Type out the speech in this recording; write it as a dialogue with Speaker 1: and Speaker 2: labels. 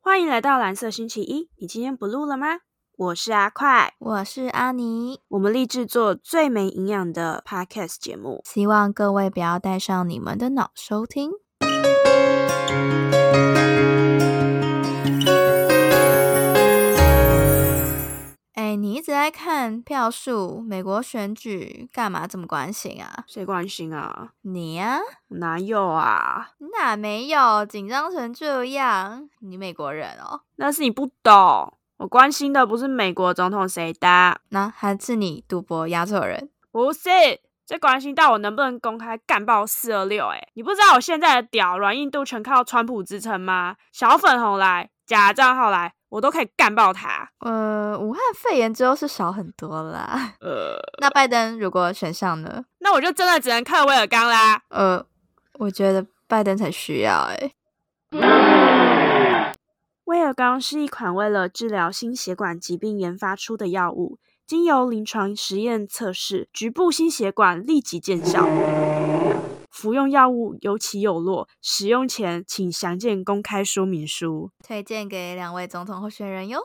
Speaker 1: 欢迎来到蓝色星期一。你今天不录了吗？我是阿快，
Speaker 2: 我是阿尼，
Speaker 1: 我们立志做最没营养的 podcast 节目。
Speaker 2: 希望各位不要带上你们的脑收听。哎，你一直在看票数，美国选举干嘛这么关心啊？
Speaker 1: 谁关心啊？
Speaker 2: 你呀、
Speaker 1: 我哪有啊？
Speaker 2: 你哪没有紧张成这样？你美国人哦？
Speaker 1: 那是你不懂。我关心的不是美国总统谁打，
Speaker 2: 那还是你赌博压错人？
Speaker 1: 不是，这关心到我能不能公开干爆四二六。哎，你不知道我现在的屌软硬度全靠川普支撑吗？小粉红来，假账号来，我都可以干爆他。
Speaker 2: 呃，武汉肺炎之后是少很多啦。
Speaker 1: 呃，
Speaker 2: 那拜登如果选上呢？
Speaker 1: 那我就真的只能克威尔刚啦。
Speaker 2: 呃，我觉得拜登才需要哎、
Speaker 1: 威尔刚是一款为了治疗心血管疾病研发出的药物，经由临床实验测试，局部心血管立即见效。服用药物有起有落，使用前请详见公开说明书。
Speaker 2: 推荐给两位总统候选人哟。